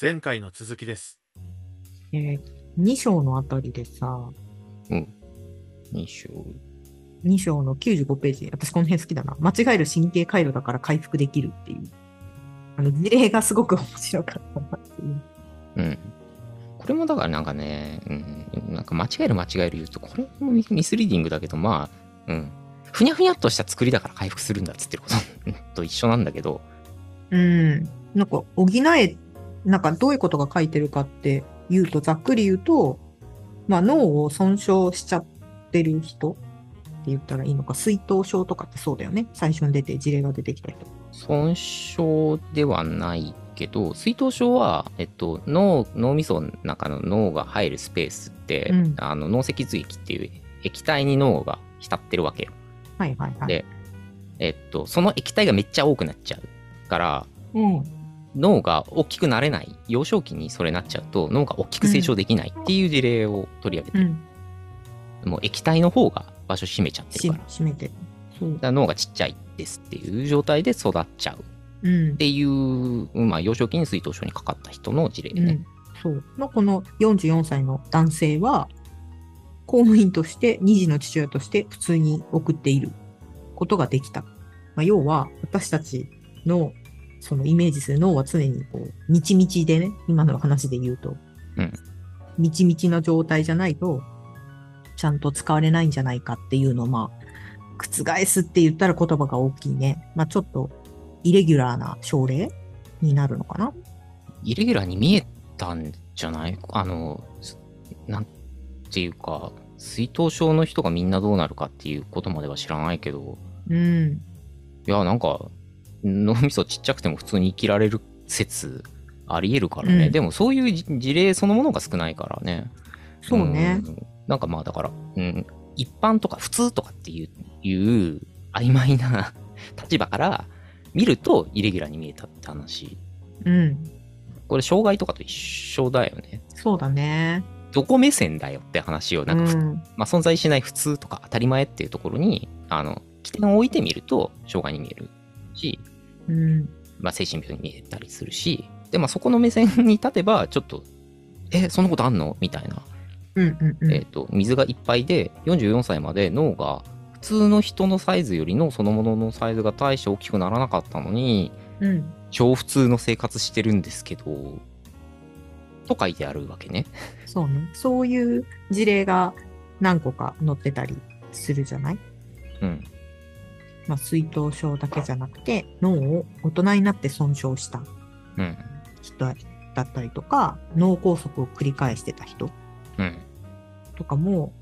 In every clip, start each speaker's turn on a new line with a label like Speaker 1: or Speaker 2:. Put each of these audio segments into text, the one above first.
Speaker 1: 前回の続きです。
Speaker 2: えー、2章のあたりでさ、
Speaker 3: 2章。
Speaker 2: 2章の95ページ、私この辺好きだな。間違える神経回路だから回復できるっていう。あの、事例がすごく面白かったなっていう。
Speaker 3: うん。これもだからなんかね、うん、なんか間違える間違える言うと、これもミミスリーディングだけど、まあ、うん。ふにゃふにゃっとした作りだから回復するんだっつってることと一緒なんだけど、
Speaker 2: うん。なんか、補え、なんかどういうことが書いてるかって言うと、ざっくり言うと、まあ脳を損傷しちゃってる人って言ったらいいのか、水頭症とかってそうだよね。最初に出て、事例が出てきた人。
Speaker 3: 損傷ではないけど、水頭症は、えっと、脳、脳みその中の脳が入るスペースって、
Speaker 2: うん
Speaker 3: あの脳脊髄液っていう液体に脳が浸ってるわけよ。
Speaker 2: はいはいはい。
Speaker 3: で、えっと、その液体がめっちゃ多くなっちゃうから、
Speaker 2: うん。
Speaker 3: 脳が大きくなれない幼少期にそれなっちゃうと脳が大きく成長できないっていう事例を取り上げて
Speaker 2: う
Speaker 3: る、
Speaker 2: ん。
Speaker 3: もう液体の方が場所占めちゃってる
Speaker 2: し
Speaker 3: からだか
Speaker 2: 閉めて。そう。
Speaker 3: ら脳がちっちゃいですっていう状態で育っちゃうっ
Speaker 2: うん。
Speaker 3: ていう、まあ、幼少期に水頭症にかかった人の事例
Speaker 2: う
Speaker 3: ね
Speaker 2: ん、そうのこの44歳の男性は公務員として2児の父親として普通に送っていることができた、まあ、要は私たちのそのイメージする脳は常にこうみちみちでね今の話で言うと、
Speaker 3: うん
Speaker 2: みちみちの状態じゃないとちゃんと使われないんじゃないかっていうのをまあ覆すって言ったら言葉が大きいね、まあ、ちょっとイレギュラーな症例になるのかな
Speaker 3: イレギュラーに見えたんじゃないあのすなんていうか水頭症の人がみんなどうなるかっていうことまでは知らないけど
Speaker 2: うん
Speaker 3: いや、なんか、脳みそちっちゃくても普通に生きられる説ありえるからね。
Speaker 2: うん
Speaker 3: でもそういうじ事例そのものが少ないからね。
Speaker 2: そうね。
Speaker 3: ん。なんかまあだから、うん、一般とか普通とかっていういう曖昧な 立場から見るとイレギュラーに見えたって話。
Speaker 2: うん。
Speaker 3: これ障害とかと一緒だよね。
Speaker 2: そうだね。
Speaker 3: どこ目線だよって話をなんかふ、
Speaker 2: うん、
Speaker 3: まあ、存在しない普通とか当たり前っていうところにあの起点を置いてみると障害に見えるし、
Speaker 2: うん。
Speaker 3: まあ、精神病に見えたりするし、で、まあ、そこの目線に立てば、ちょっと、え、そんなことあんのみたいな。
Speaker 2: うん。うん。うん
Speaker 3: えっ、と、水がいっぱいで、44歳まで脳が、普通の人のサイズより脳そのもののサイズが大して大きくならなかったのに、
Speaker 2: うん。
Speaker 3: 超普通の生活してるんですけど、と書いてあるわけね。
Speaker 2: そうね。そういう事例が何個か載ってたりするじゃない
Speaker 3: うん。
Speaker 2: まあ、水頭症だけじゃなくて、脳を大人になって損傷した
Speaker 3: うん。
Speaker 2: 人だったりとか、脳梗塞を繰り返してた人
Speaker 3: うん。
Speaker 2: とかも、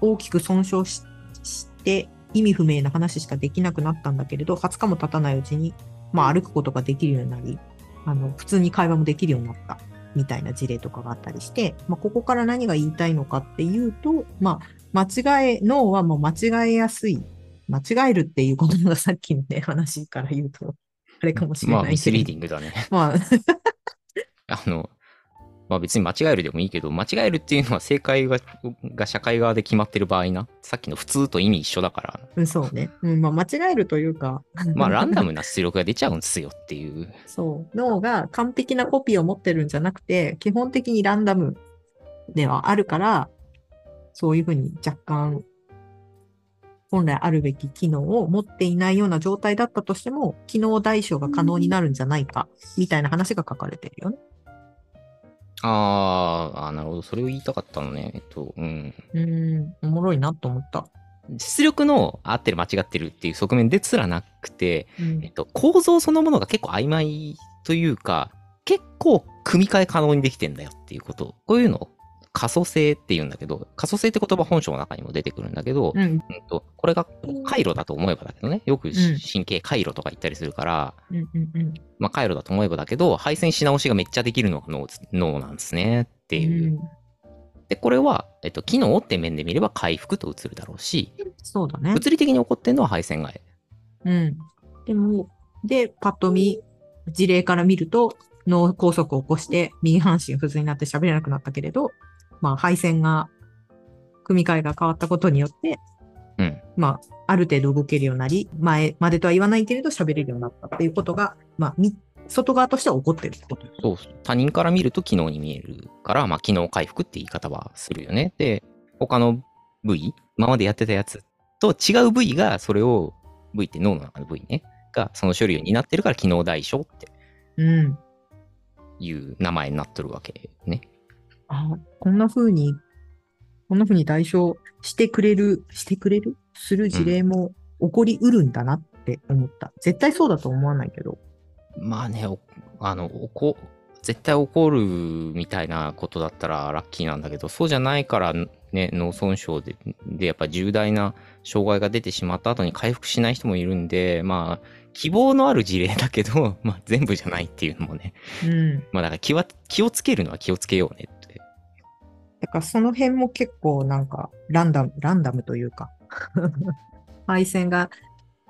Speaker 2: 大きく損傷しして、意味不明な話しかできなくなったんだけれど、20日も経たないうちに、まあ、歩くことができるようになり、あの、普通に会話もできるようになった、みたいな事例とかがあったりして、まあ、ここから何が言いたいのかっていうと、まあ、間違え、脳はもう間違えやすい。間違えるっていうことがさっきのね、話から言うと、あれかもしれ
Speaker 3: ま
Speaker 2: ないけど。
Speaker 3: あ、ミスリーディングだね。
Speaker 2: まあ、
Speaker 3: あの、まあ別に間違えるでもいいけど、間違えるっていうのは正解がが社会側で決まってる場合な。さっきの普通と意味一緒だから。
Speaker 2: うんそうね。うん、まあ、間違えるというか。
Speaker 3: まあランダムな出力が出ちゃうんですよっていう。
Speaker 2: そう。脳が完璧なコピーを持ってるんじゃなくて、基本的にランダムではあるから、そういうふうに若干、本来あるべき機能を持っていないような状態だったとしても、機能代償が可能になるんじゃないか、みたいな話が書かれてるよね。
Speaker 3: あーあー、なるほど。それを言いたかったのね。えっと、うん。
Speaker 2: うん、おもろいなと思った。
Speaker 3: 出力の合ってる間違ってるっていう側面ですらなくて、
Speaker 2: う
Speaker 3: え
Speaker 2: ん
Speaker 3: っ、と、構造そのものが結構曖昧というか、結構組み替え可能にできてんだよっていうこと。こういうのを可塑性って言うんだけど、可塑性って言葉本書の中にも出てくるんだけど、
Speaker 2: うん、
Speaker 3: うんと、これが回路だと思えばだけどね、よく
Speaker 2: うん
Speaker 3: し神経回路とか言ったりするから、
Speaker 2: うん、うん、
Speaker 3: まあ回路だと思えばだけど、配線し直しがめっちゃできるのが脳です脳なんですねっていう。
Speaker 2: うん。
Speaker 3: で、これは、えっと、機能って面で見れば回復と映るだろうし、
Speaker 2: そうだね。
Speaker 3: 物理的に起こってるのは配線外。
Speaker 2: うん。でも、で、パッと見、事例から見ると、脳梗塞を起こして、右半身不随になって喋れなくなったけれど、まあ、配線が、組み替えが変わったことによって、
Speaker 3: うん。
Speaker 2: まあ、ある程度動けるようになり、前までとは言わないけれど喋れるようになったっていうことが、まあ、み外側としては怒ってるってことです。
Speaker 3: そうそう他人から見ると機能に見えるから、まあ、機能回復って言い方はするよね。で、他の部位、今までやってたやつと違う部位が、それを、部位って脳の中の部位ね、がその処理を担ってるから、機能代償って
Speaker 2: うん。
Speaker 3: いう名前になっとるわけね。
Speaker 2: あ、こんな風に、こんな風に代償してくれる、してくれるする事例も起こりうるんだなって思った。絶対そうだと思わないけど。
Speaker 3: まあね、おあの、おこ、絶対怒るみたいなことだったらラッキーなんだけど、そうじゃないからね、脳損傷で、で、やっぱ重大な障害が出てしまった後に回復しない人もいるんで、まあ、希望のある事例だけど、 まあ全部じゃないっていうのもね、
Speaker 2: うん。
Speaker 3: まあだから気は、気をつけるのは気をつけようねって。
Speaker 2: だからその辺も結構なんかランダム、ランダムというか 配線が、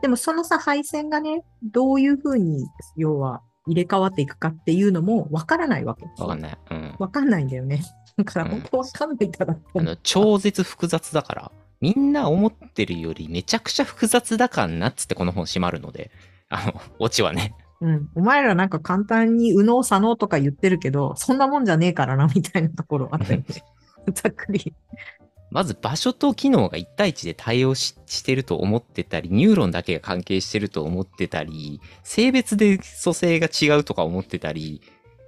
Speaker 2: でもそのさ、配線がね、どういうふうに、要は入れ替わっていくかっていうのもわからないわけ。
Speaker 3: わかん
Speaker 2: ない。
Speaker 3: ない。うん。
Speaker 2: わかんないんだよね。だか
Speaker 3: う
Speaker 2: ら
Speaker 3: ん
Speaker 2: 本当わかんないから、
Speaker 3: あの、超絶複雑だから、みんな思ってるよりめちゃくちゃ複雑だからなっつってこの本閉まるので、あの、オチはね。
Speaker 2: うん。お前らなんか簡単に右脳左脳とか言ってるけど、そんなもんじゃねえからな、み たいなところあったよね。ざっくり。
Speaker 3: まず場所と機能が1対1で対応ししてると思ってたり、ニューロンだけが関係してると思ってたり、性別で組成が違うとか思ってたり、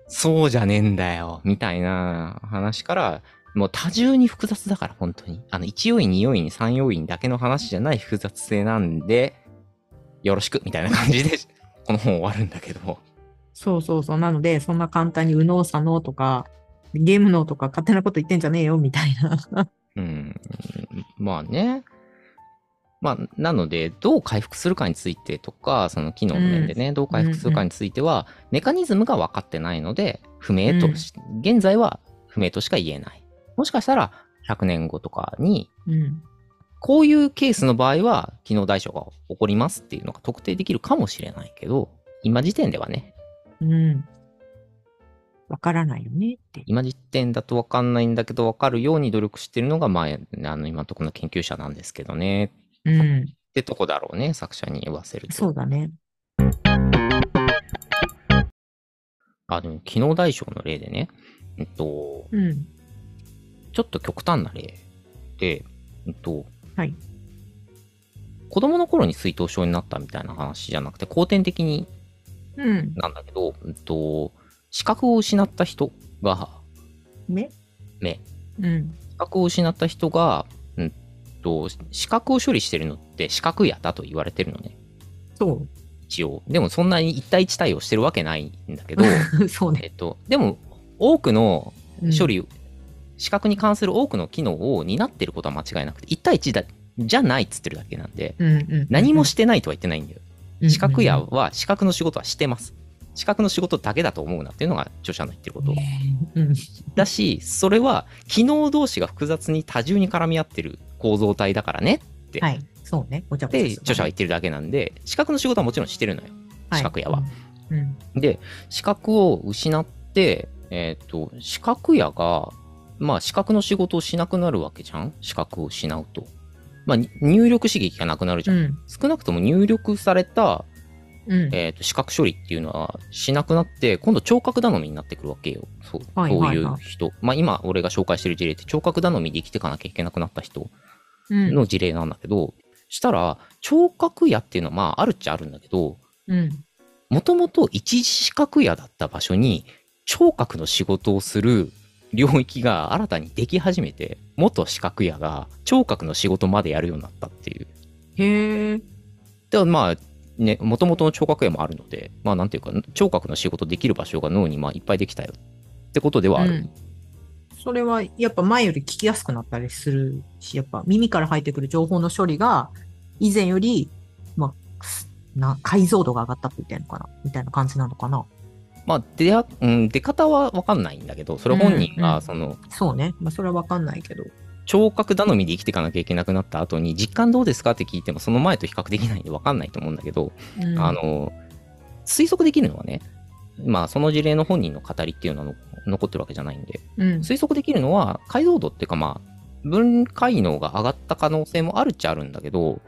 Speaker 3: そうじゃねえんだよ、みたいな話から、もう多重に複雑だから、本当に。あの、1要因、2要因、3要因だけの話じゃない複雑性なんで、よろしく、みたいな感じで、この本終わるんだけど。
Speaker 2: そうそうそう。なので、そんな簡単に右脳左脳とか、ゲーム脳とか勝手なこと言ってんじゃねえよ、みたいな。
Speaker 3: うん、まあね。まあ、なので、どう回復するかについてとか、その機能の面でね、どう回復するかについては、メカニズムが分かってないので、不明とし、現在は不明としか言えない。もしかしたら、100年後とかに、
Speaker 2: うん。
Speaker 3: こういうケースの場合は、機能代償が起こりますっていうのが特定できるかもしれないけど、今時点ではね、
Speaker 2: うん。わからないよねって。
Speaker 3: 今時点だと分かんないんだけど、分かるように努力してるのが、まあ、あの、今のところの研究者なんですけどね、
Speaker 2: うん。
Speaker 3: ってとこだろうね、作者に言わせると。
Speaker 2: そうだね。
Speaker 3: あ、でも、機能代償の例でね、えっと、
Speaker 2: うん。
Speaker 3: ちょっと極端な例で、えっと、
Speaker 2: はい
Speaker 3: 子供の頃に水頭症になったみたいな話じゃなくて、後天的に
Speaker 2: うん。
Speaker 3: なんだけど、えっと、視覚を失った人が、
Speaker 2: 目
Speaker 3: 目、
Speaker 2: うん。
Speaker 3: 視覚を失った人が、うんと、視覚を処理してるのって視覚野だと言われてるのね、
Speaker 2: そ
Speaker 3: 一応。でもそんなに一対一対応してるわけないんだ けど、
Speaker 2: う。そうね。
Speaker 3: えっと、でも多くの
Speaker 2: うん
Speaker 3: 処。理、視覚に関する多くの機能を担ってることは間違いなくて、1対1だじゃないっつってるだけなんで、
Speaker 2: うんうん。
Speaker 3: 何もしてないとは言ってないんだよ。
Speaker 2: うん
Speaker 3: 視覚や。は、視覚の仕事はしてます。視覚の仕事だけだと思うなっていうのが著者の言ってること
Speaker 2: うん。
Speaker 3: だし、それは機能同士が複雑に多重に絡み合ってる構造体だからねって、
Speaker 2: はい。そうね。お茶
Speaker 3: で著者は言ってるだけなんで、視覚の仕事はもちろんしてるのよ。視覚やは。
Speaker 2: うん。
Speaker 3: で、視覚を失って、えっ、と、視覚屋が、まあ、視覚の仕事をしなくなるわけじゃん視覚を失うと。まあ、に入力刺激がなくなるじ
Speaker 2: う
Speaker 3: ゃん。
Speaker 2: ん。
Speaker 3: 少なくとも入力された、
Speaker 2: うん。
Speaker 3: えっ、と、視覚処理っていうのはしなくなって、今度聴覚頼みになってくるわけよ。そう、
Speaker 2: はいはいはい
Speaker 3: そういう人。まあ、今、俺が紹介してる事例って、聴覚頼みで生きていかなきゃいけなくなった人
Speaker 2: うん。
Speaker 3: の事例なんだけど、したら、聴覚屋っていうのは、まあ、あるっちゃあるんだけど、
Speaker 2: うん。
Speaker 3: もともと一次視覚野だった場所に聴覚の仕事をする領域が新たにでき始めて元視覚野が聴覚の仕事までやるようになったっていう。
Speaker 2: へえ。
Speaker 3: でまあね、もともとの聴覚野もあるので、まあなんていうか、聴覚の仕事できる場所が脳にまあいっぱいできたよってことではある。
Speaker 2: うんそれはやっぱ前より聞きやすくなったりするし、やっぱ耳から入ってくる情報の処理が以前より、まあ、すな解像度が上がったって言ってんのかなみたいな感じなのかな。
Speaker 3: まあ出や、うん、出方はわかんないんだけど、それ本人
Speaker 2: うんうん
Speaker 3: がその
Speaker 2: そうね。まあそれはわかんないけど。
Speaker 3: 聴覚頼みで生きていかなきゃいけなくなった後に実感どうですかって聞いてもその前と比較できないんでわかんないと思うんだけど、
Speaker 2: うん
Speaker 3: あの、推測できるのはね、まあその事例の本人の語りっていうのはの残ってるわけじゃないんで、
Speaker 2: うん、
Speaker 3: 推測できるのは解像度っていうかまあ、分解能が上がった可能性もあるっちゃあるんだけど、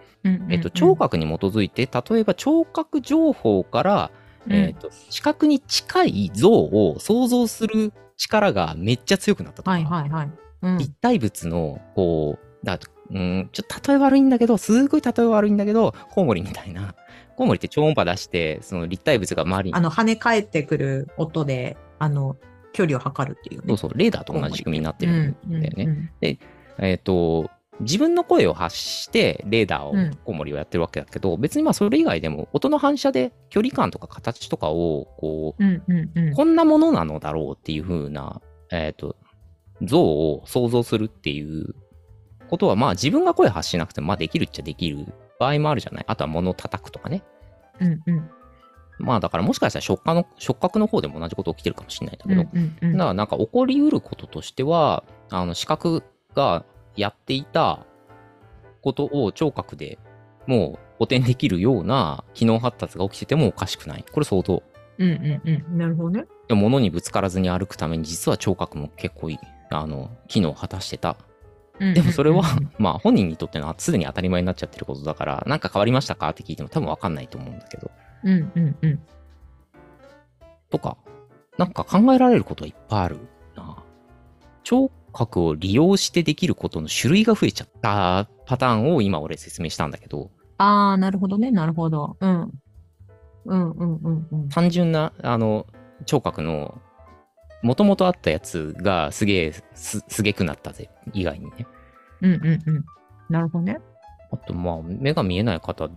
Speaker 3: えっと、聴覚に基づいて、例えば聴覚情報から
Speaker 1: うん
Speaker 3: えーと視覚に近い像を想像する力がめっちゃ強くなったとか、
Speaker 2: はいはいはい。うん。
Speaker 3: 立体物のこうだうんちょっと例え悪いんだけどすごい例え悪いんだけどコウモリみたいなコウモリって超音波出してその立体物が周りに
Speaker 2: あの、跳ね返ってくる音で、あの、距離を測るっていう
Speaker 3: そ
Speaker 2: ね。
Speaker 3: うそうレーダーと同じ仕組みになって
Speaker 2: う
Speaker 3: る
Speaker 2: ん
Speaker 3: ん
Speaker 2: う
Speaker 3: だ
Speaker 2: ん
Speaker 3: よね。
Speaker 2: うん
Speaker 3: えっ、と、自分の声を発して、レーダーを
Speaker 2: うん、
Speaker 3: コウモリはやってるわけだけど、別にまあそれ以外でも、音の反射で距離感とか形とかを、こう、
Speaker 2: うんうんうん。
Speaker 3: こんなものなのだろうっていう風な、えっ、と、像を想像するっていうことは、まあ自分が声発しなくても、まあできるっちゃできる場合もあるじゃない。あとは物を叩くとかね。
Speaker 2: うんうん
Speaker 3: まあだからもしかしたら触覚の、触覚の方でも同じこと起きてるかもしれないんだ
Speaker 2: う
Speaker 3: け
Speaker 2: ん
Speaker 3: ど、
Speaker 2: うんうん
Speaker 3: だからなんか起こりうることとしては、あの視覚がやっていたことを聴覚でもう補填できるような機能発達が起きててもおかしくない。これ相当。
Speaker 2: うんうんうん。なるほどね。
Speaker 3: でも物にぶつからずに歩くために実は聴覚も結構いいあの機能を果たしてた。でもそれは、 まあ本人にとってのすでに当たり前になっちゃってることだから、なんか変わりましたかって聞いても多分わかんないと思うんだけど。
Speaker 2: うんうんうん。
Speaker 3: とか、なんか考えられることはいっぱいあるな。聴覚を利用してできることの種類が増えちゃったパターンを今俺説明したんだけど、
Speaker 2: ああ、なるほどね。なるほど。うん。うんうんうんうん。
Speaker 3: 単純な、あの、聴覚の、もともとあったやつがすげえ、す、すげくなったぜ、以外にね。
Speaker 2: うんうんうん。なるほどね。
Speaker 3: あと、まあ、目が見えない方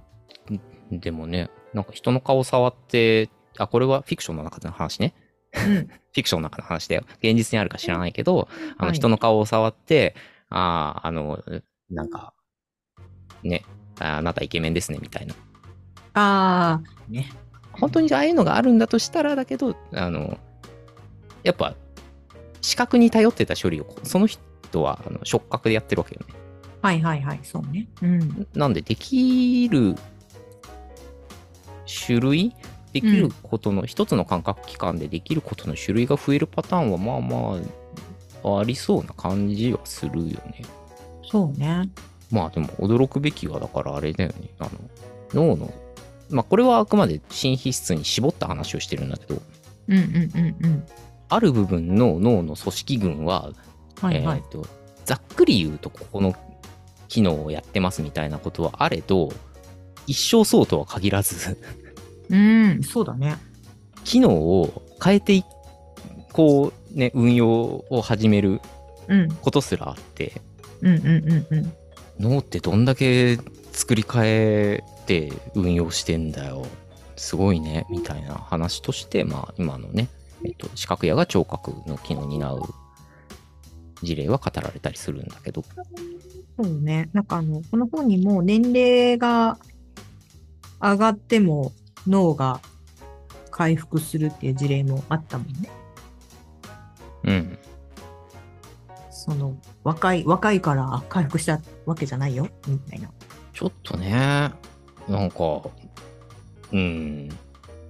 Speaker 3: でもね、なんか人の顔触って、あ、これはフィクションの中での話ね。
Speaker 2: うん。
Speaker 3: フィクションの中の話だよ。現実にあるか知らないけど、あ
Speaker 2: は
Speaker 3: の
Speaker 2: い
Speaker 3: 人の顔を触って、ああ、あの、なんか、ね、ああなたイケメンですね、みたいな。
Speaker 2: ああ、
Speaker 3: ね。本当にああいうのがあるんだとしたらだけど、あの、やっぱ、視覚に頼ってた処理を、その人はあの触覚でやってるわけよね。
Speaker 2: はいはいはい。そうね。うん。
Speaker 3: なんで、できる種類できることの、一つの感覚器官でできることの種類が増えるパターンは、まあまあ、ありそうな感じはするよね。
Speaker 2: そうね。
Speaker 3: まあでも驚くべきはだからあれだよね。あの脳の、まあこれはあくまで新皮質に絞った話をしてるんだけど、
Speaker 2: うんうんうんうん。
Speaker 3: ある部分の脳の組織群は、
Speaker 2: はいは
Speaker 3: え
Speaker 2: い
Speaker 3: ー。とざっくり言うとここの機能をやってますみたいなことはあれど、一生そうとは限らず、
Speaker 2: うん、そうだね。
Speaker 3: 機能を変えていこうね、運用を始める
Speaker 2: うん。
Speaker 3: ことすらあって、
Speaker 2: うんうんうんうん。
Speaker 3: 脳ってどんだけ作り変えて運用してんだよすごいねみたいな話として、まあ、今のね、えっと、視覚やが聴覚の機能を担う事例は語られたりするんだけど
Speaker 2: そうね。なんかあの、この本にも年齢が上がっても脳が回復するっていう事例もあったもんね。
Speaker 3: うん
Speaker 2: その、若い、若いから回復したわけじゃないよ、みたいな。
Speaker 3: ちょっとねなんかうん、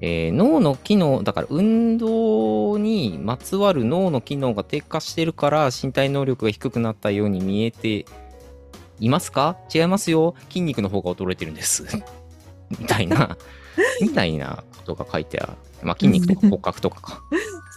Speaker 3: えー脳の機能だから運動にまつわる脳の機能が低下してるから身体能力が低くなったように見えていますか違いますよ筋肉の方が衰えてるんです みたいなみたいなことが書いてあるまあ筋肉とか骨格とかか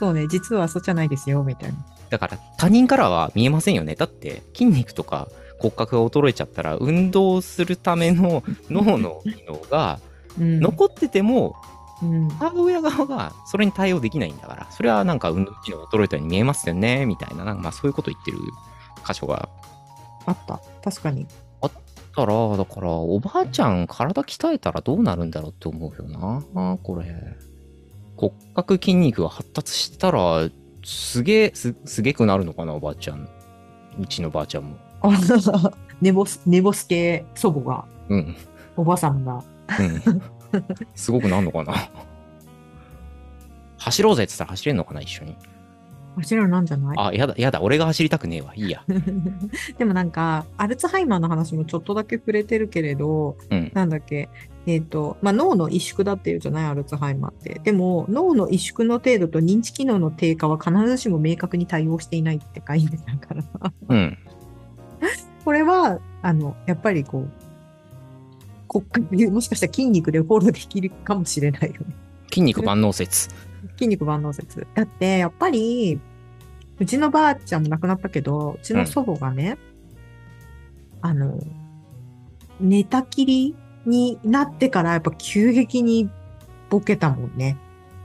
Speaker 2: そうね。実はそうじゃないですよ、みたいな。
Speaker 3: だから他人からは見えませんよねだって筋肉とか骨格が衰えちゃったら運動するための脳の機能が
Speaker 2: うん。
Speaker 3: 残ってても
Speaker 2: うん。
Speaker 3: 母親側がそれに対応できないんだからそれはなんか運動機能衰えたように見えますよねみたいななんかまあそういうこと言ってる箇所が
Speaker 2: あった。確かに。
Speaker 3: だからだからおばあちゃん体鍛えたらどうなるんだろうって思うよなこれ骨格筋肉が発達したらすげえすすげくなるのかなおばあちゃんうちのばあちゃんも
Speaker 2: あ寝ぼす、寝ぼす系祖母が、
Speaker 3: うん
Speaker 2: おばさんが。
Speaker 3: うん すごくなんのかな走ろうぜって言ったら走れんのかな一緒に
Speaker 2: 走るなんじゃない
Speaker 3: あやだやだ俺が走りたくねえわいいや
Speaker 2: でもなんか、アルツハイマーの話もちょっとだけ触れてるけれど、
Speaker 3: うん
Speaker 2: なんだっけ、えっ、と、まあ、脳の萎縮だっていうじゃない、アルツハイマーって。でも、脳の萎縮の程度と認知機能の低下は必ずしも明確に対応していないって書いてたから、
Speaker 3: うん
Speaker 2: これは、あの、やっぱりこ う、骨格、もしかしたら筋肉でフォローできるかもしれないよね。
Speaker 3: 筋肉万能説。
Speaker 2: 筋肉万能説。だって、やっぱり、うちのばあちゃんも亡くなったけど、うちの祖母がね、あの、寝たきりになってから、やっぱ急激にボケたもんね。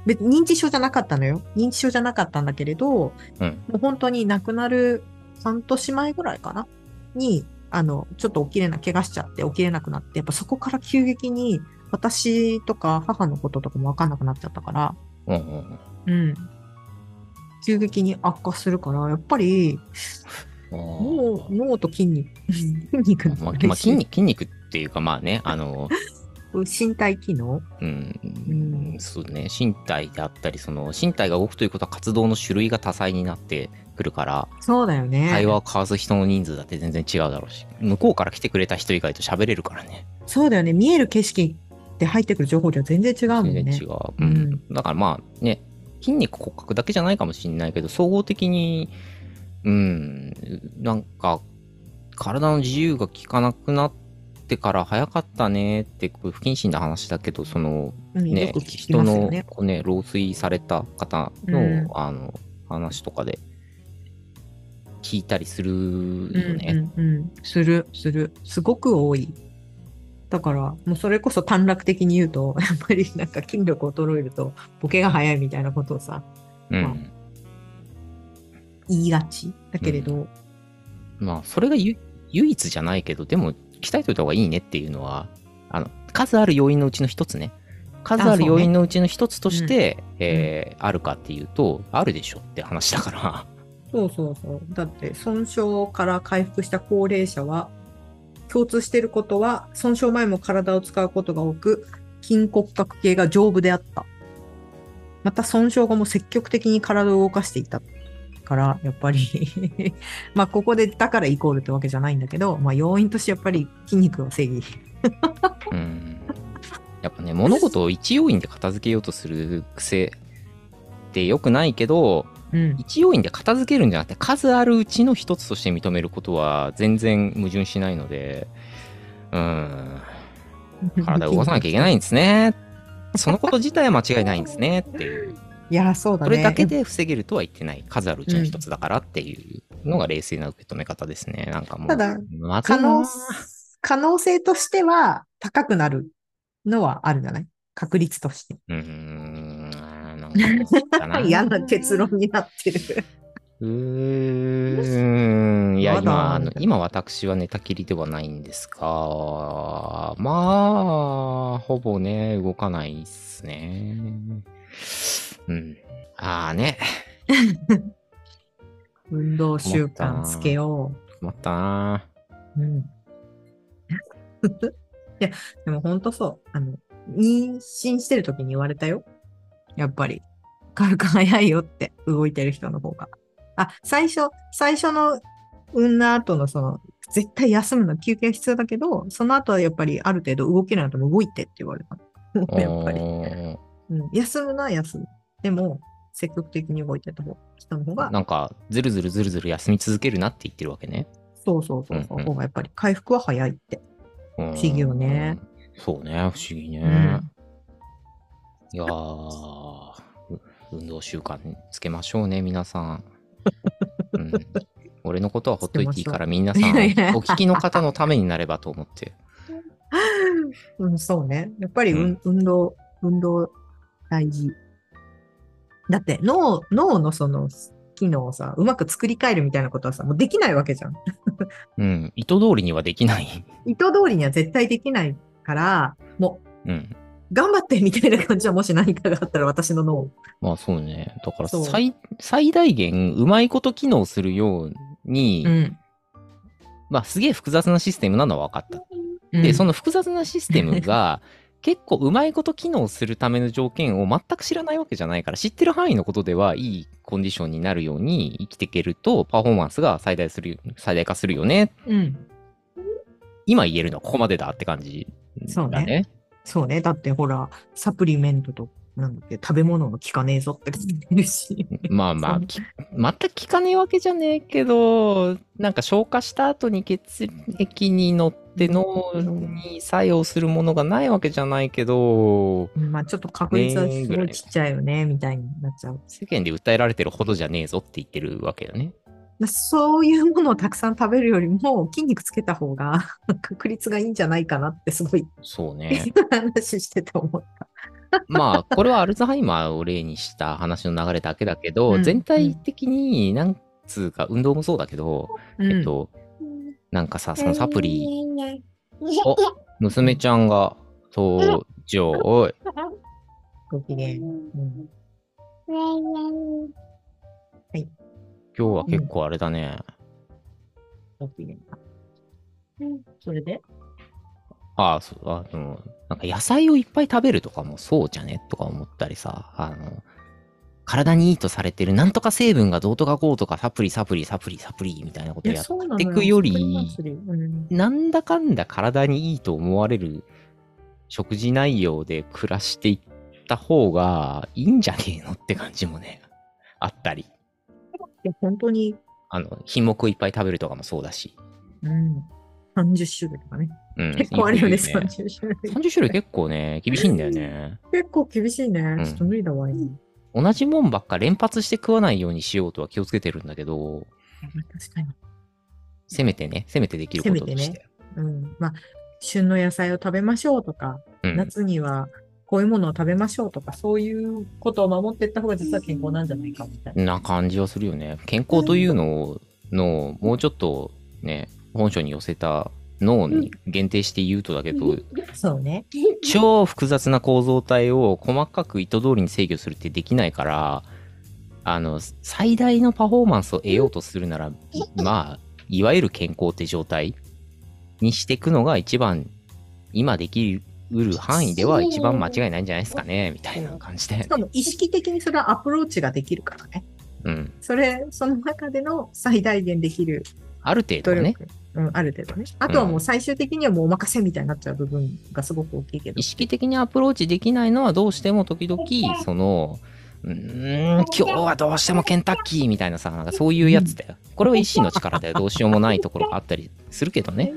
Speaker 2: 別認知症じゃなかったのよ。認知症じゃなかったんだけれど、も
Speaker 3: うん。
Speaker 2: う本当に亡くなる半年前ぐらいかなに、あの、ちょっと起きれな、怪我しちゃって起きれなくなって、やっぱそこから急激に私とか母のこととかもわかんなくなっちゃったから、
Speaker 3: うんうんうん
Speaker 2: うん。急激に悪化するから、やっぱり
Speaker 3: あ
Speaker 2: 脳
Speaker 3: ー
Speaker 2: 脳と筋肉、筋肉
Speaker 3: まあまあ筋肉筋肉っていうかまあねあの、
Speaker 2: 身体機能
Speaker 3: うん
Speaker 2: う
Speaker 3: そうね身体であったりその身体が動くということは活動の種類が多彩になってくるから
Speaker 2: そうだよね。
Speaker 3: 会話を交わす人の人数だって全然違うだろうし向こうから来てくれた人以外と喋れるからね
Speaker 2: そうだよね。見える景色で入ってくる情報量全然違うもん
Speaker 3: 全然
Speaker 2: ね
Speaker 3: 違。う、うんだからまあね筋肉骨格だけじゃないかもしれないけど総合的にうんなんか体の自由が効かなくなってから早かったねってこう不謹慎な話だけどその
Speaker 2: うんよ
Speaker 3: ね
Speaker 2: く聞き
Speaker 3: 人
Speaker 2: ますよ
Speaker 3: の
Speaker 2: ね。
Speaker 3: こうね老衰された方の,、
Speaker 2: うん
Speaker 3: あの話とかで聞いたりするよね、
Speaker 2: うんうんうん、する、する。すごく多い。だから、もうそれこそ短絡的に言うと、や っぱりなんか筋力衰えると、ボケが早いみたいなことをさ、
Speaker 3: うん
Speaker 2: 言いがちだけれど、
Speaker 3: まあ、それがゆ唯一じゃないけど、でも、鍛えといた方がいいねっていうのは、あの、数ある要因のうちの一つね。数ある要因のうちの一つとして、えーあるかっていうと、あるでしょって話だ から。
Speaker 2: そうそうそう。だって、損傷から回復した高齢者は、共通していることは、損傷前も体を使うことが多く、筋骨格系が丈夫であった。また、損傷後も積極的に体を動かしていた。から、やっぱり、 まあ、ここで、だからイコールってわけじゃないんだけど、まあ、要因としてやっぱり筋肉は正義。
Speaker 3: うん。やっぱね、物事を一要因で片付けようとする癖って良くないけど、
Speaker 2: うん。
Speaker 3: 一要因で片付けるんじゃなくて数あるうちの一つとして認めることは全然矛盾しないので、うん、体を動かさなきゃいけないんですね。そのこと自体は間違いないんですねっていう。
Speaker 2: いや、そうだ
Speaker 3: そ
Speaker 2: ね。
Speaker 3: れだけで防げるとは言ってない。数あるうちの一つだからっていうのが冷静な受け止め方ですね。なんかもう。
Speaker 2: ただ、
Speaker 3: まずい
Speaker 2: 可
Speaker 3: な
Speaker 2: 能、可能性としては高くなるのはあるんじゃない確率として。
Speaker 3: うーん、なんかだ
Speaker 2: 嫌な結論になってる。
Speaker 3: うーん。い
Speaker 2: ま
Speaker 3: や、
Speaker 2: だ
Speaker 3: 今、あ
Speaker 2: み
Speaker 3: の
Speaker 2: たいな
Speaker 3: 今私は寝たきりではないんですが、まあ、ほぼね、動かないっすね。うん。ああね、
Speaker 2: 運動習慣つけよ
Speaker 3: 困ったな
Speaker 2: う。 うん。いや、でも本当そう。あの、妊娠してる時に言われたよ。やっぱり。 軽く早いよって、動いてる人の方が。あ、最初、最初の産んだ後のその、絶対休むの休憩必要だけど、その後はやっぱりある程度動けるようになったら動いてって言われた。やっぱり。
Speaker 3: お
Speaker 2: うん、休むのは休む。でも、積極的に動いてた方人の方
Speaker 3: ー
Speaker 2: が、
Speaker 3: なんか、ずるずるずるずる休み続けるなって言ってるわけね。
Speaker 2: そうそうそうそう、
Speaker 3: うんうん
Speaker 2: 方がやっぱり回復は早いって。
Speaker 3: 不思
Speaker 2: 議よね。
Speaker 3: そうね、不思議ね。
Speaker 2: うん
Speaker 3: いやー、う運動習慣つけましょうね、皆さ ん。うん、俺のことはほっといていいから、皆さん、お
Speaker 2: いやいや
Speaker 3: 聞きの方のためになればと思って。
Speaker 2: うん、そうね。やっぱり、
Speaker 3: う
Speaker 2: うんん、運動、運動大事。だって脳、脳のその機能をさ、うまく作り変えるみたいなことはさ、もうできないわけじゃん。
Speaker 3: うん、意図通りにはできない。
Speaker 2: 意図通りには絶対できないから、もう、
Speaker 3: うん。
Speaker 2: 頑張ってみたいな感じは、もし何かがあったら私の脳。
Speaker 3: まあそうね。だから
Speaker 2: そう
Speaker 3: 最、最大限、うまいこと機能するように、
Speaker 2: ん。
Speaker 3: まあすげえ複雑なシステムなのは分かった。で、そ
Speaker 2: の、
Speaker 3: の複雑なシステムが、結構うまいこと機能するための条件を全く知らないわけじゃないから、知ってる範囲のことではいいコンディションになるように生きていけると、パフォーマンスが最大する、最大化するよね。
Speaker 2: うん。
Speaker 3: 今言えるのはここまでだって感じだね。
Speaker 2: そうねそうね。だってほら、サプリメントとなんだっけ、食べ物が効かねえぞって言ってるし。
Speaker 3: まあまあ、き全く効かねえわけじゃねえけど、なんか消化した後に血液に乗って脳に作用するものがないわけじゃないけど、
Speaker 2: まあちょっと確率はすごいちっちゃいよね、みたいになっちゃう。
Speaker 3: 世間で訴えられてるほどじゃねえぞって言ってるわけよね。
Speaker 2: まあそういうものをたくさん食べるよりも、筋肉つけた方が 確率がいいんじゃないかなって、すごい
Speaker 3: そうね。
Speaker 2: 話してて思った。
Speaker 3: まあ、これはアルツハイマーを例にした話の流れだけだけど、
Speaker 2: うん
Speaker 3: 全体的に、なんつうか、運動もそうだけど、えっと、なんかさ、そのサプリ、お娘ちゃんが登場、おい、
Speaker 2: ご機嫌。うん
Speaker 3: 今日は結構あれだね。
Speaker 2: ご機嫌だそれで
Speaker 3: ああ、そう、あの、なんか野菜をいっぱい食べるとかもそうじゃねとか思ったりさ、あの、体にいいとされてるなんとか成分がどうとかこうとかサプリサプリサプリサプリみたいなこと
Speaker 2: い
Speaker 3: や
Speaker 2: や、
Speaker 3: っ
Speaker 2: そうな
Speaker 3: て
Speaker 2: の
Speaker 3: くより
Speaker 2: それはそれうん
Speaker 3: なんだかんだ体にいいと思われる食事内容で暮らしていった方がいいんじゃねえのって感じもね、 あったり。
Speaker 2: いや本当に、
Speaker 3: あの、品目をいっぱい食べるとかもそうだし。
Speaker 2: うん、30種類とかね。
Speaker 3: うん、
Speaker 2: 結構あるよね、
Speaker 3: いいよね
Speaker 2: 30種類。
Speaker 3: 30種類結構ね、厳しいんだよね。
Speaker 2: 結構厳しいね。
Speaker 3: ん
Speaker 2: ちょっと無理だわ、今。
Speaker 3: 同じもんばっか連発して食わないようにしようとは気をつけてるんだけど、
Speaker 2: 確かに。
Speaker 3: せめてね、せめてできることとして。
Speaker 2: うん。まあ、旬の野菜を食べましょうとか、
Speaker 3: うん、
Speaker 2: 夏にはこういうものを食べましょうとか、そういうことを守っていった方が実は健康なんじゃないかみたいな。
Speaker 3: な感じはするよね。健康というのを、のもうちょっとね、本書に寄せた脳に限定して言うとだけど、
Speaker 2: そうね。
Speaker 3: 超複雑な構造体を細かく意図通りに制御するってできないからあの最大のパフォーマンスを得ようとするならまあいわゆる健康って状態にしていくのが一番今できうる範囲では一番間違いないんじゃないですかねみたいな感じで
Speaker 2: し、かも意識的にそれはアプローチができるからね。
Speaker 3: うん、
Speaker 2: それ、その中での最大限できる
Speaker 3: ある程
Speaker 2: 努
Speaker 3: 度は
Speaker 2: 力。
Speaker 3: ね
Speaker 2: うん、ある程度ね。あとはもう最終的にはもうお任せみたいになっちゃう部分がすごく大きいけど
Speaker 3: 意。識的にアプローチできないのはどうしても時々そのうーん今日はどうしてもケンタッキーみたいなさなんかそういうやつだよこれは意志の力だよどうしようもないところがあったりするけどね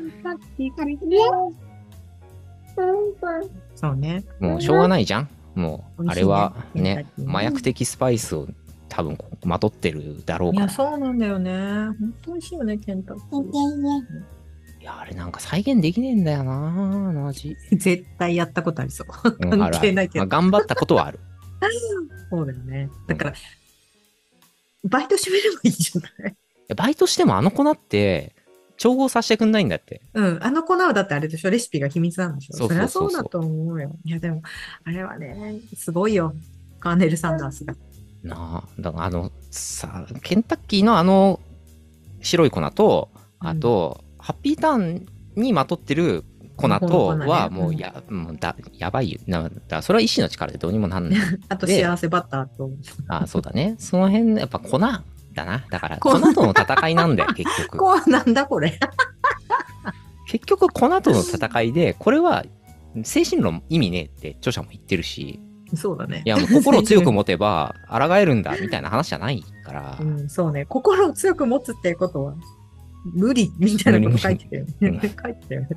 Speaker 2: そうね。
Speaker 3: もうしょうがないじゃんもうあれは
Speaker 2: 美味しいね
Speaker 3: ね麻薬的スパイスを多分まとってるだろう
Speaker 2: い
Speaker 3: から
Speaker 2: や、
Speaker 3: い
Speaker 2: そうなんだよね。本当美味しいよね、ケンタッキー。
Speaker 3: やあれなんか再現できねえんだよなマジ、
Speaker 2: 絶対やったことありそう。
Speaker 3: うんある
Speaker 2: 関係ないけど
Speaker 3: あるまあ頑張ったことはある
Speaker 2: そうだよね。だから、バイトしてみればいいじゃない。
Speaker 3: いやバイトしてもあの粉って調合させてくんないんだって
Speaker 2: うん。あの粉はだってあれでしょ、レシピが秘密なんでしょ。
Speaker 3: そう
Speaker 2: そ
Speaker 3: そう
Speaker 2: り
Speaker 3: そ
Speaker 2: ゃ
Speaker 3: うそ
Speaker 2: そううだと思うよ。いや、でも、あれはね、すごいよ。カーネル・サンダースが。
Speaker 3: なあ、だからあの、さ、ケンタッキーのあの白い粉と、
Speaker 2: うん
Speaker 3: あと、ハッピーターンにまとってる粉
Speaker 2: この
Speaker 3: と
Speaker 2: 粉ね
Speaker 3: はもうや、もうだやばいよなだからそれは意志の力でどうに もなんない。
Speaker 2: あと、
Speaker 3: で
Speaker 2: 幸せバターと。
Speaker 3: あそうだね。その辺、やっぱ粉だな。だから、粉
Speaker 2: 粉
Speaker 3: との戦いなんだよ、 結局。
Speaker 2: こうなんだこれ。
Speaker 3: 結局、粉との戦いで、これは、精神論意味ねえって著者も言ってるし、
Speaker 2: そうだね
Speaker 3: い。や、もう心を強く持 てば、抗えるんだ、みたいな話じゃないから
Speaker 2: う。ん、そうね。心を強く持つっていうことは、無理みたいなこと書いてたよ
Speaker 3: 無理
Speaker 2: ね。
Speaker 3: 無理
Speaker 2: 書いてたよね。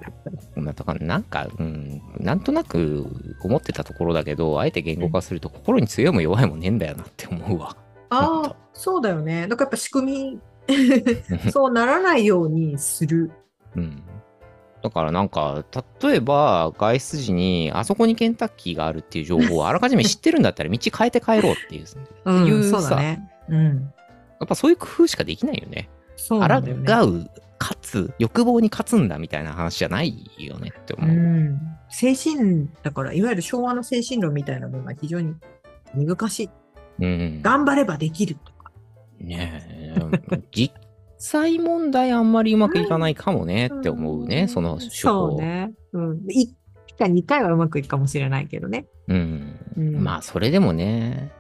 Speaker 3: まあだからなんか、うん、なんとなく思ってたところだけど、あえて言語化すると、心に強いも弱いもねえんだよなって思うわ。
Speaker 2: あ
Speaker 3: 本
Speaker 2: あ、 そうだよね。だからやっぱ仕 組み、そうならないようにする。
Speaker 3: うん。だからなんか、例えば外出時に、あそこにケンタッキーがあるっていう情報をあらかじめ知ってるんだったら、道変えて帰ろうっていう。
Speaker 2: う、
Speaker 3: いうんさ
Speaker 2: そうだね。うん。
Speaker 3: やっぱそういう工夫しかできないよね。
Speaker 2: そう
Speaker 3: あ
Speaker 2: な
Speaker 3: ら
Speaker 2: んだよね。
Speaker 3: がう、勝つ、欲望に勝つんだみたいな話じゃないよねって
Speaker 2: う
Speaker 3: 思う。
Speaker 2: ん。精神、だから、いわゆる昭和の精神論みたいなものが非常に難しい。
Speaker 3: うん
Speaker 2: 頑張ればできるとか。
Speaker 3: ねえ、実際問題あんまりうまくいかないかもねって思うね、その手法。
Speaker 2: そうね。うん。1回、2回はうまくいくかもしれないけどね。
Speaker 3: うん。
Speaker 2: うん
Speaker 3: まあ、それでもね、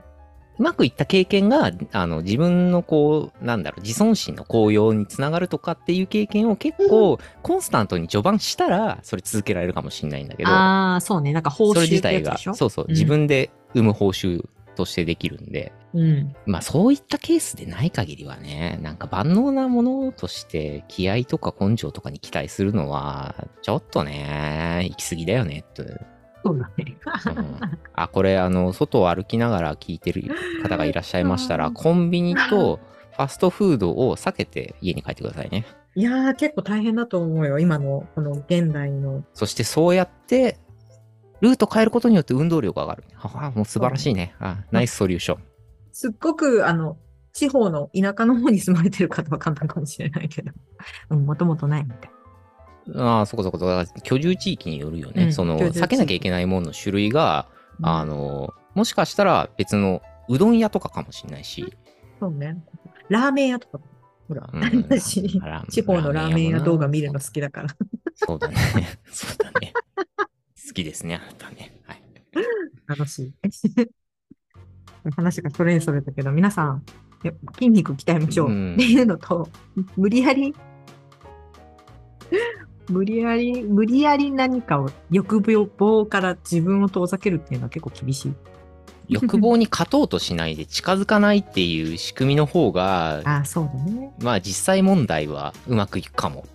Speaker 3: うまくいった経験が、あの、自分のこう、なんだろう、自尊心の高揚につながるとかっていう経験を結構、コンスタントに序盤したら、それ続けられるかもしれないんだけど、
Speaker 2: ああ、そうね。なんか報酬
Speaker 3: それ
Speaker 2: っ
Speaker 3: 自
Speaker 2: てや
Speaker 3: 体
Speaker 2: つ
Speaker 3: が、
Speaker 2: でしょ
Speaker 3: そうそう、
Speaker 2: うん
Speaker 3: 自分で生む報酬としてできるんで、
Speaker 2: うん。
Speaker 3: まあそういったケースでない限りはね、なんか万能なものとして気合とか根性とかに期待するのは、ちょっとね、行き過ぎだよねって。
Speaker 2: そうだね。
Speaker 3: うんあ、これあの、外を歩きながら聞いてる方がいらっしゃいましたら、コンビニとファストフードを避けて家に帰ってくださいね。
Speaker 2: いやー、結構大変だと思うよ。今の、この現代の。
Speaker 3: そしてそうやって、ルート変えることによって運動量が上がる。はは、もう素晴らしいね。あナイスソリューション。
Speaker 2: すっごく、あの、地方の田舎の方に住まれてる方は簡単かもしれないけど。 うん、もともとないみたい。
Speaker 3: ああ、そこそこそこ。だから居住地域によるよね。
Speaker 2: うん
Speaker 3: その、
Speaker 2: 居住地域
Speaker 3: 避けなきゃいけないものの種類が、
Speaker 2: うん
Speaker 3: あ、の、もしかしたら別のうどん屋とかかもしれないし、
Speaker 2: そうね。ラーメン屋とか。ほら、
Speaker 3: うん
Speaker 2: 私、
Speaker 3: ラ
Speaker 2: 地方のラーメン屋
Speaker 3: もな
Speaker 2: 動画見るの好きだから。
Speaker 3: そうだね。 そうだね。好きですね、あなたね。はい。
Speaker 2: 楽しい。話がそれにそれたけど、皆さん、やっぱ筋肉鍛えましょう
Speaker 3: うん
Speaker 2: っていうのと、無理やり、無理やり、無理やり何かを欲望から自分を遠ざけるっていうのは結構厳しい。
Speaker 3: 欲望に勝とうとしないで近づかないっていう仕組みの方が、
Speaker 2: ああ、そうだね。
Speaker 3: まあ実際問題はうまくいくかも。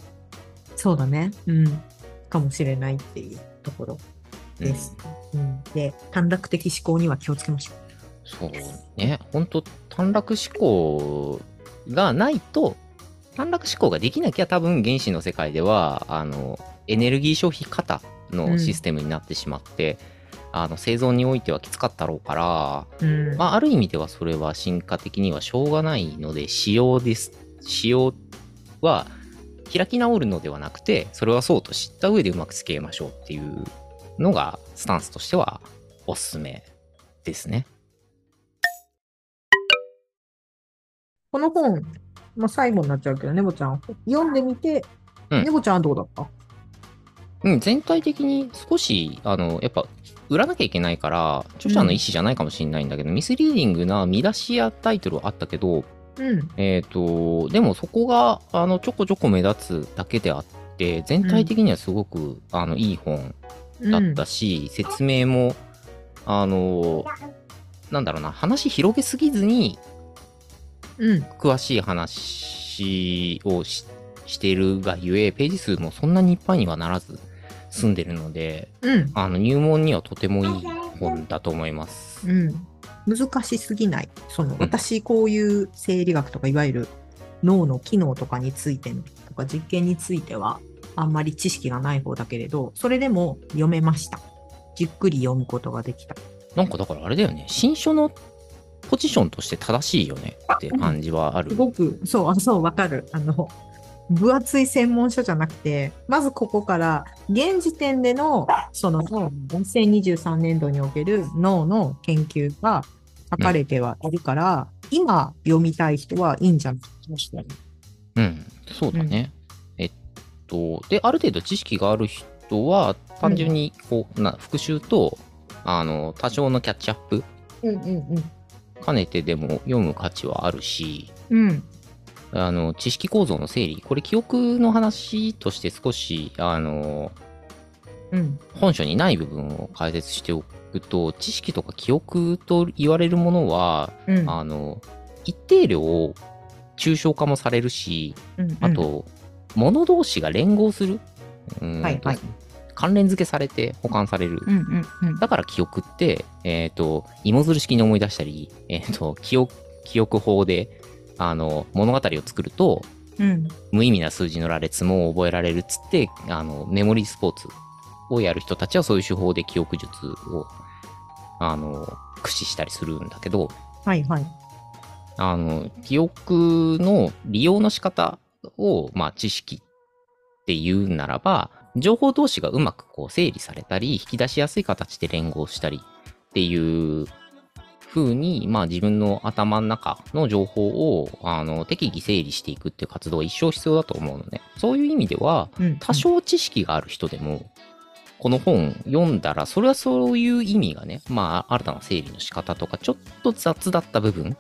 Speaker 2: そうだね。うん。かもしれないっていうところ
Speaker 3: うん
Speaker 2: です。うん、で、短絡的思考には気をつけましょう。
Speaker 3: そうね、本当短絡思考がないと、短絡思考ができなきゃ多分原子の世界では、あの、エネルギー消費型
Speaker 2: う
Speaker 3: の
Speaker 2: ん
Speaker 3: システムになってしまって、あの、生存においてはきつかったろうから、
Speaker 2: うん。
Speaker 3: まあ、ある意味ではそれは進化的にはしょうがないので、使用です。使用は開き直るのではなくて、それはそうと知った上でうまく付き合いましょうっていうのが、スタンスとしてはおすすめですね。
Speaker 2: この本、まあ、最後になっちゃうけど、ねぼちゃん、読んでみて、
Speaker 3: うん
Speaker 2: ねぼちゃんはどうだった
Speaker 3: うん、全体的に少し、あの、やっぱ、売らなきゃいけないから、著者の意思じゃないかもしれないんだけど、ミスリーディングな見出しやタイトルはあったけど、
Speaker 2: うん。
Speaker 3: えっ、と、でもそこが、あの、ちょこちょこ目立つだけであって、全体的にはすごく、あの、いい本だったし、説明も、あの、なんだろうな、話広げすぎずに、
Speaker 2: うん。うん。
Speaker 3: 詳しい話をししているがゆえ、ページ数もそんなにいっぱいにはならず、済んでるので、
Speaker 2: うん。
Speaker 3: あの入門にはとてもいい本だと思います。
Speaker 2: うん。難しすぎない。その、私、こういう生理学とか、いわゆる脳の機能とかについてのとか、実験については、あんまり知識がない方だけれど、それでも読めました。じっくり読むことができた。
Speaker 3: なんかだからあれだよね、新書のポジションとして正しいよねって感じはある
Speaker 2: す。ごく、そう、あそう、わかる。あの、分厚い専門書じゃなくて、まずここから、現時点での、その、2023年度における脳の研究が書かれてはいるから、今読みたい人はいいんじゃないか
Speaker 3: うん、そうだね。えっと、で、ある程度知識がある人は、単純にこう、な復習と、あの、多少のキャッチアップ
Speaker 2: うんうん
Speaker 3: 兼ねてでも読む価値はあるし、
Speaker 2: うん。うん。
Speaker 3: あの知識構造の整理、これ記憶の話として少し、あの、
Speaker 2: うん。
Speaker 3: 本書にない部分を解説しておくと知識とか記憶と言われるものは、
Speaker 2: うん。
Speaker 3: あの一定量抽象化もされるし
Speaker 2: うん
Speaker 3: あ、と、物同士が連合するうーんと
Speaker 2: はいはい
Speaker 3: 関連付けされて保管される、
Speaker 2: うんうんうん。
Speaker 3: だから記憶って、えっと芋づる式に思い出したり、えっと記憶記憶法であの物語を作ると
Speaker 2: うん。
Speaker 3: 無意味な数字の羅列も覚えられるっつってあのメモリースポーツをやる人たちはそういう手法で記憶術をあの駆使したりするんだけど
Speaker 2: はいはい。
Speaker 3: あの記憶の利用の仕方を、まあ、知識っていうならば情報同士がうまくこう整理されたり引き出しやすい形で連合したりっていう風に、まあ、自分の頭の中の情報をあの適宜整理していくっていう活動は一生必要だと思うのねそういう意味では
Speaker 2: うん。
Speaker 3: 多少知識がある人でも、この本読んだら、それはそういう意味がね、まあ、新たな整理の仕方とか、ちょっと雑だった部分、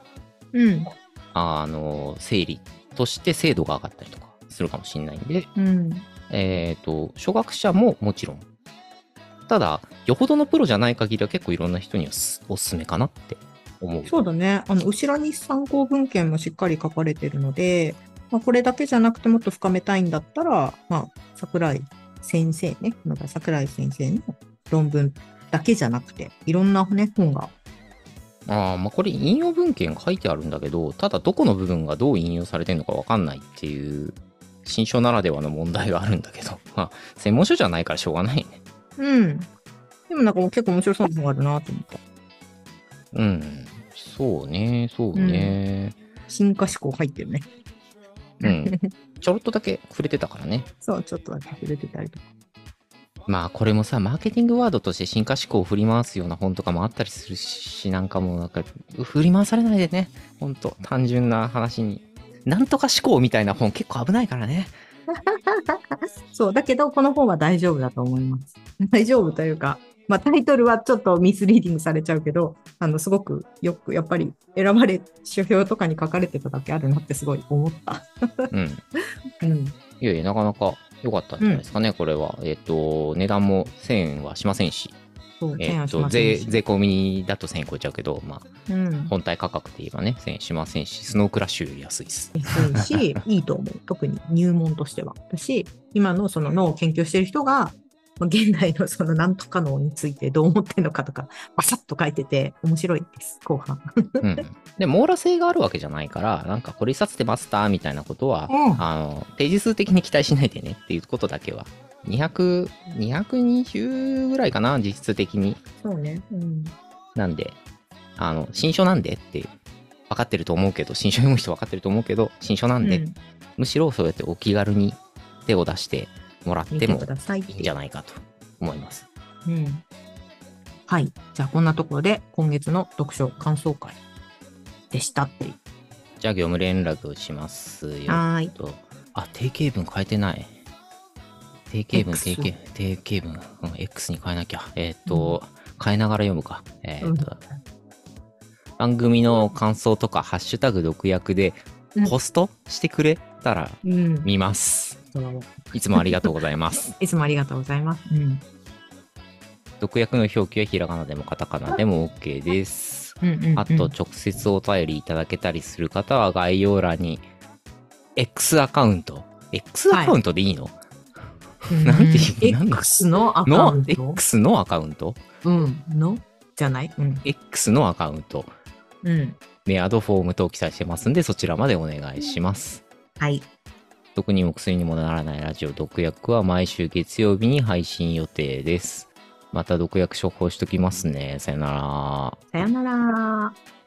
Speaker 2: うん。
Speaker 3: あの、整理として精度が上がったりとかするかもしれないんで、
Speaker 2: うん。
Speaker 3: えっ、と、初学者ももちろん、ただ、よほどのプロじゃない限りは結構いろんな人にはすおすすめかなって思う。
Speaker 2: そうだね。あの、後ろに参考文献もしっかり書かれてるので、まあ、これだけじゃなくてもっと深めたいんだったら、まあ、桜井先生ね、まだ桜井先生の論文だけじゃなくて、いろんなね、本が。
Speaker 3: あーまあ、これ引用文献が書いてあるんだけど、ただどこの部分がどう引用されてるのかわかんないっていう、新書ならではの問題があるんだけど、 まあ、専門書じゃないからしょうがないね。
Speaker 2: うん。でもなんか結構面白そうな本があるなと思った。
Speaker 3: うん。そうね、そうね。
Speaker 2: 進化思考入ってるね。
Speaker 3: うん。ちょろっとだけ触れてたからね。
Speaker 2: そう、ちょっとだけ触れてたりとか。
Speaker 3: まあこれもさ、マーケティングワードとして進化思考を振り回すような本とかもあったりするし、なんかもうなんか、振り回されないでね。ほんと、単純な話に。なんとか思考みたいな本結構危ないからね。
Speaker 2: そう、だけどこの本は大丈夫だと思います。 大丈夫というか、まあ、タイトルはちょっとミスリーディングされちゃうけど、あのすごくよくやっぱり選ばれ、書評とかに書かれてただけあるなってすごい思った。
Speaker 3: うん。
Speaker 2: うん、
Speaker 3: いやいや、なかなか良かったんじゃないですかね、これは。えっ、と、値段も1000円はしませんし、
Speaker 2: そう、
Speaker 3: えっ、
Speaker 2: 提案し
Speaker 3: と
Speaker 2: ませ
Speaker 3: 税、
Speaker 2: んし
Speaker 3: 税込みだと1000円超えちゃうけど、まあ、
Speaker 2: うん、
Speaker 3: 本体価格で言えばね、1000円しませんし、スノークラッシュより安い です。
Speaker 2: 安いし、いいと思う。特に入門としては。だし、今のその脳を研究している人が、まあ現代のそのなんとか脳についてどう思ってるのかとか、バサッと書いてて面白いです、後半。
Speaker 3: うん。で、網羅性があるわけじゃないから、なんかこれ一冊でマスターみたいなことは、
Speaker 2: うん
Speaker 3: あの、ページ数的に期待しないでねっていうことだけは。200、220ぐらいかな、実質的に。
Speaker 2: そうね。うん。
Speaker 3: なんで、あの、新書なんでって、分かってると思うけど、新書読む人分かってると思うけど、新書なんで、
Speaker 2: うん
Speaker 3: むしろそうやってお気軽に手を出してもらっ
Speaker 2: 見
Speaker 3: て
Speaker 2: て
Speaker 3: も
Speaker 2: くださいって
Speaker 3: いいんじゃないかと思います。
Speaker 2: うん。はい。じゃあ、こんなところで、今月の読書感想会でしたっていう。
Speaker 3: じゃあ業務連絡をしますよ。
Speaker 2: はーい。
Speaker 3: とあ、定型文変えてない。定型文、
Speaker 2: X
Speaker 3: 定型定型文、うん、X に変えなきゃ。えーっ、と、変えながら読むか。えーっ、と、番組の感想とか、ハッシュタグ毒薬で
Speaker 2: うん、
Speaker 3: ポストしてくれたら
Speaker 2: うん。
Speaker 3: 見ます。
Speaker 2: そうだね
Speaker 3: いつもありがとうござ います。
Speaker 2: いつもありがとうございます。うん。
Speaker 3: 毒薬の表記はひらがなでもカタカナでも OK です。
Speaker 2: うんうん、うん。
Speaker 3: あと、直接お便りいただけたりする方は概要欄に X アカウント。X アカウントでいいの、
Speaker 2: うん、
Speaker 3: なんていうなんだ
Speaker 2: X のアカウ
Speaker 3: の
Speaker 2: ント
Speaker 3: ?X のアカウント
Speaker 2: うん。のじゃないうん。
Speaker 3: ?X のアカウント。
Speaker 2: うん。
Speaker 3: メアドフォーム等記載してますんで、そちらまでお願いします。
Speaker 2: はい。
Speaker 3: 特にも薬にもならないラジオ毒薬は毎週月曜日に配信予定です。また毒薬処方しときますね。さよなら。
Speaker 2: さよなら。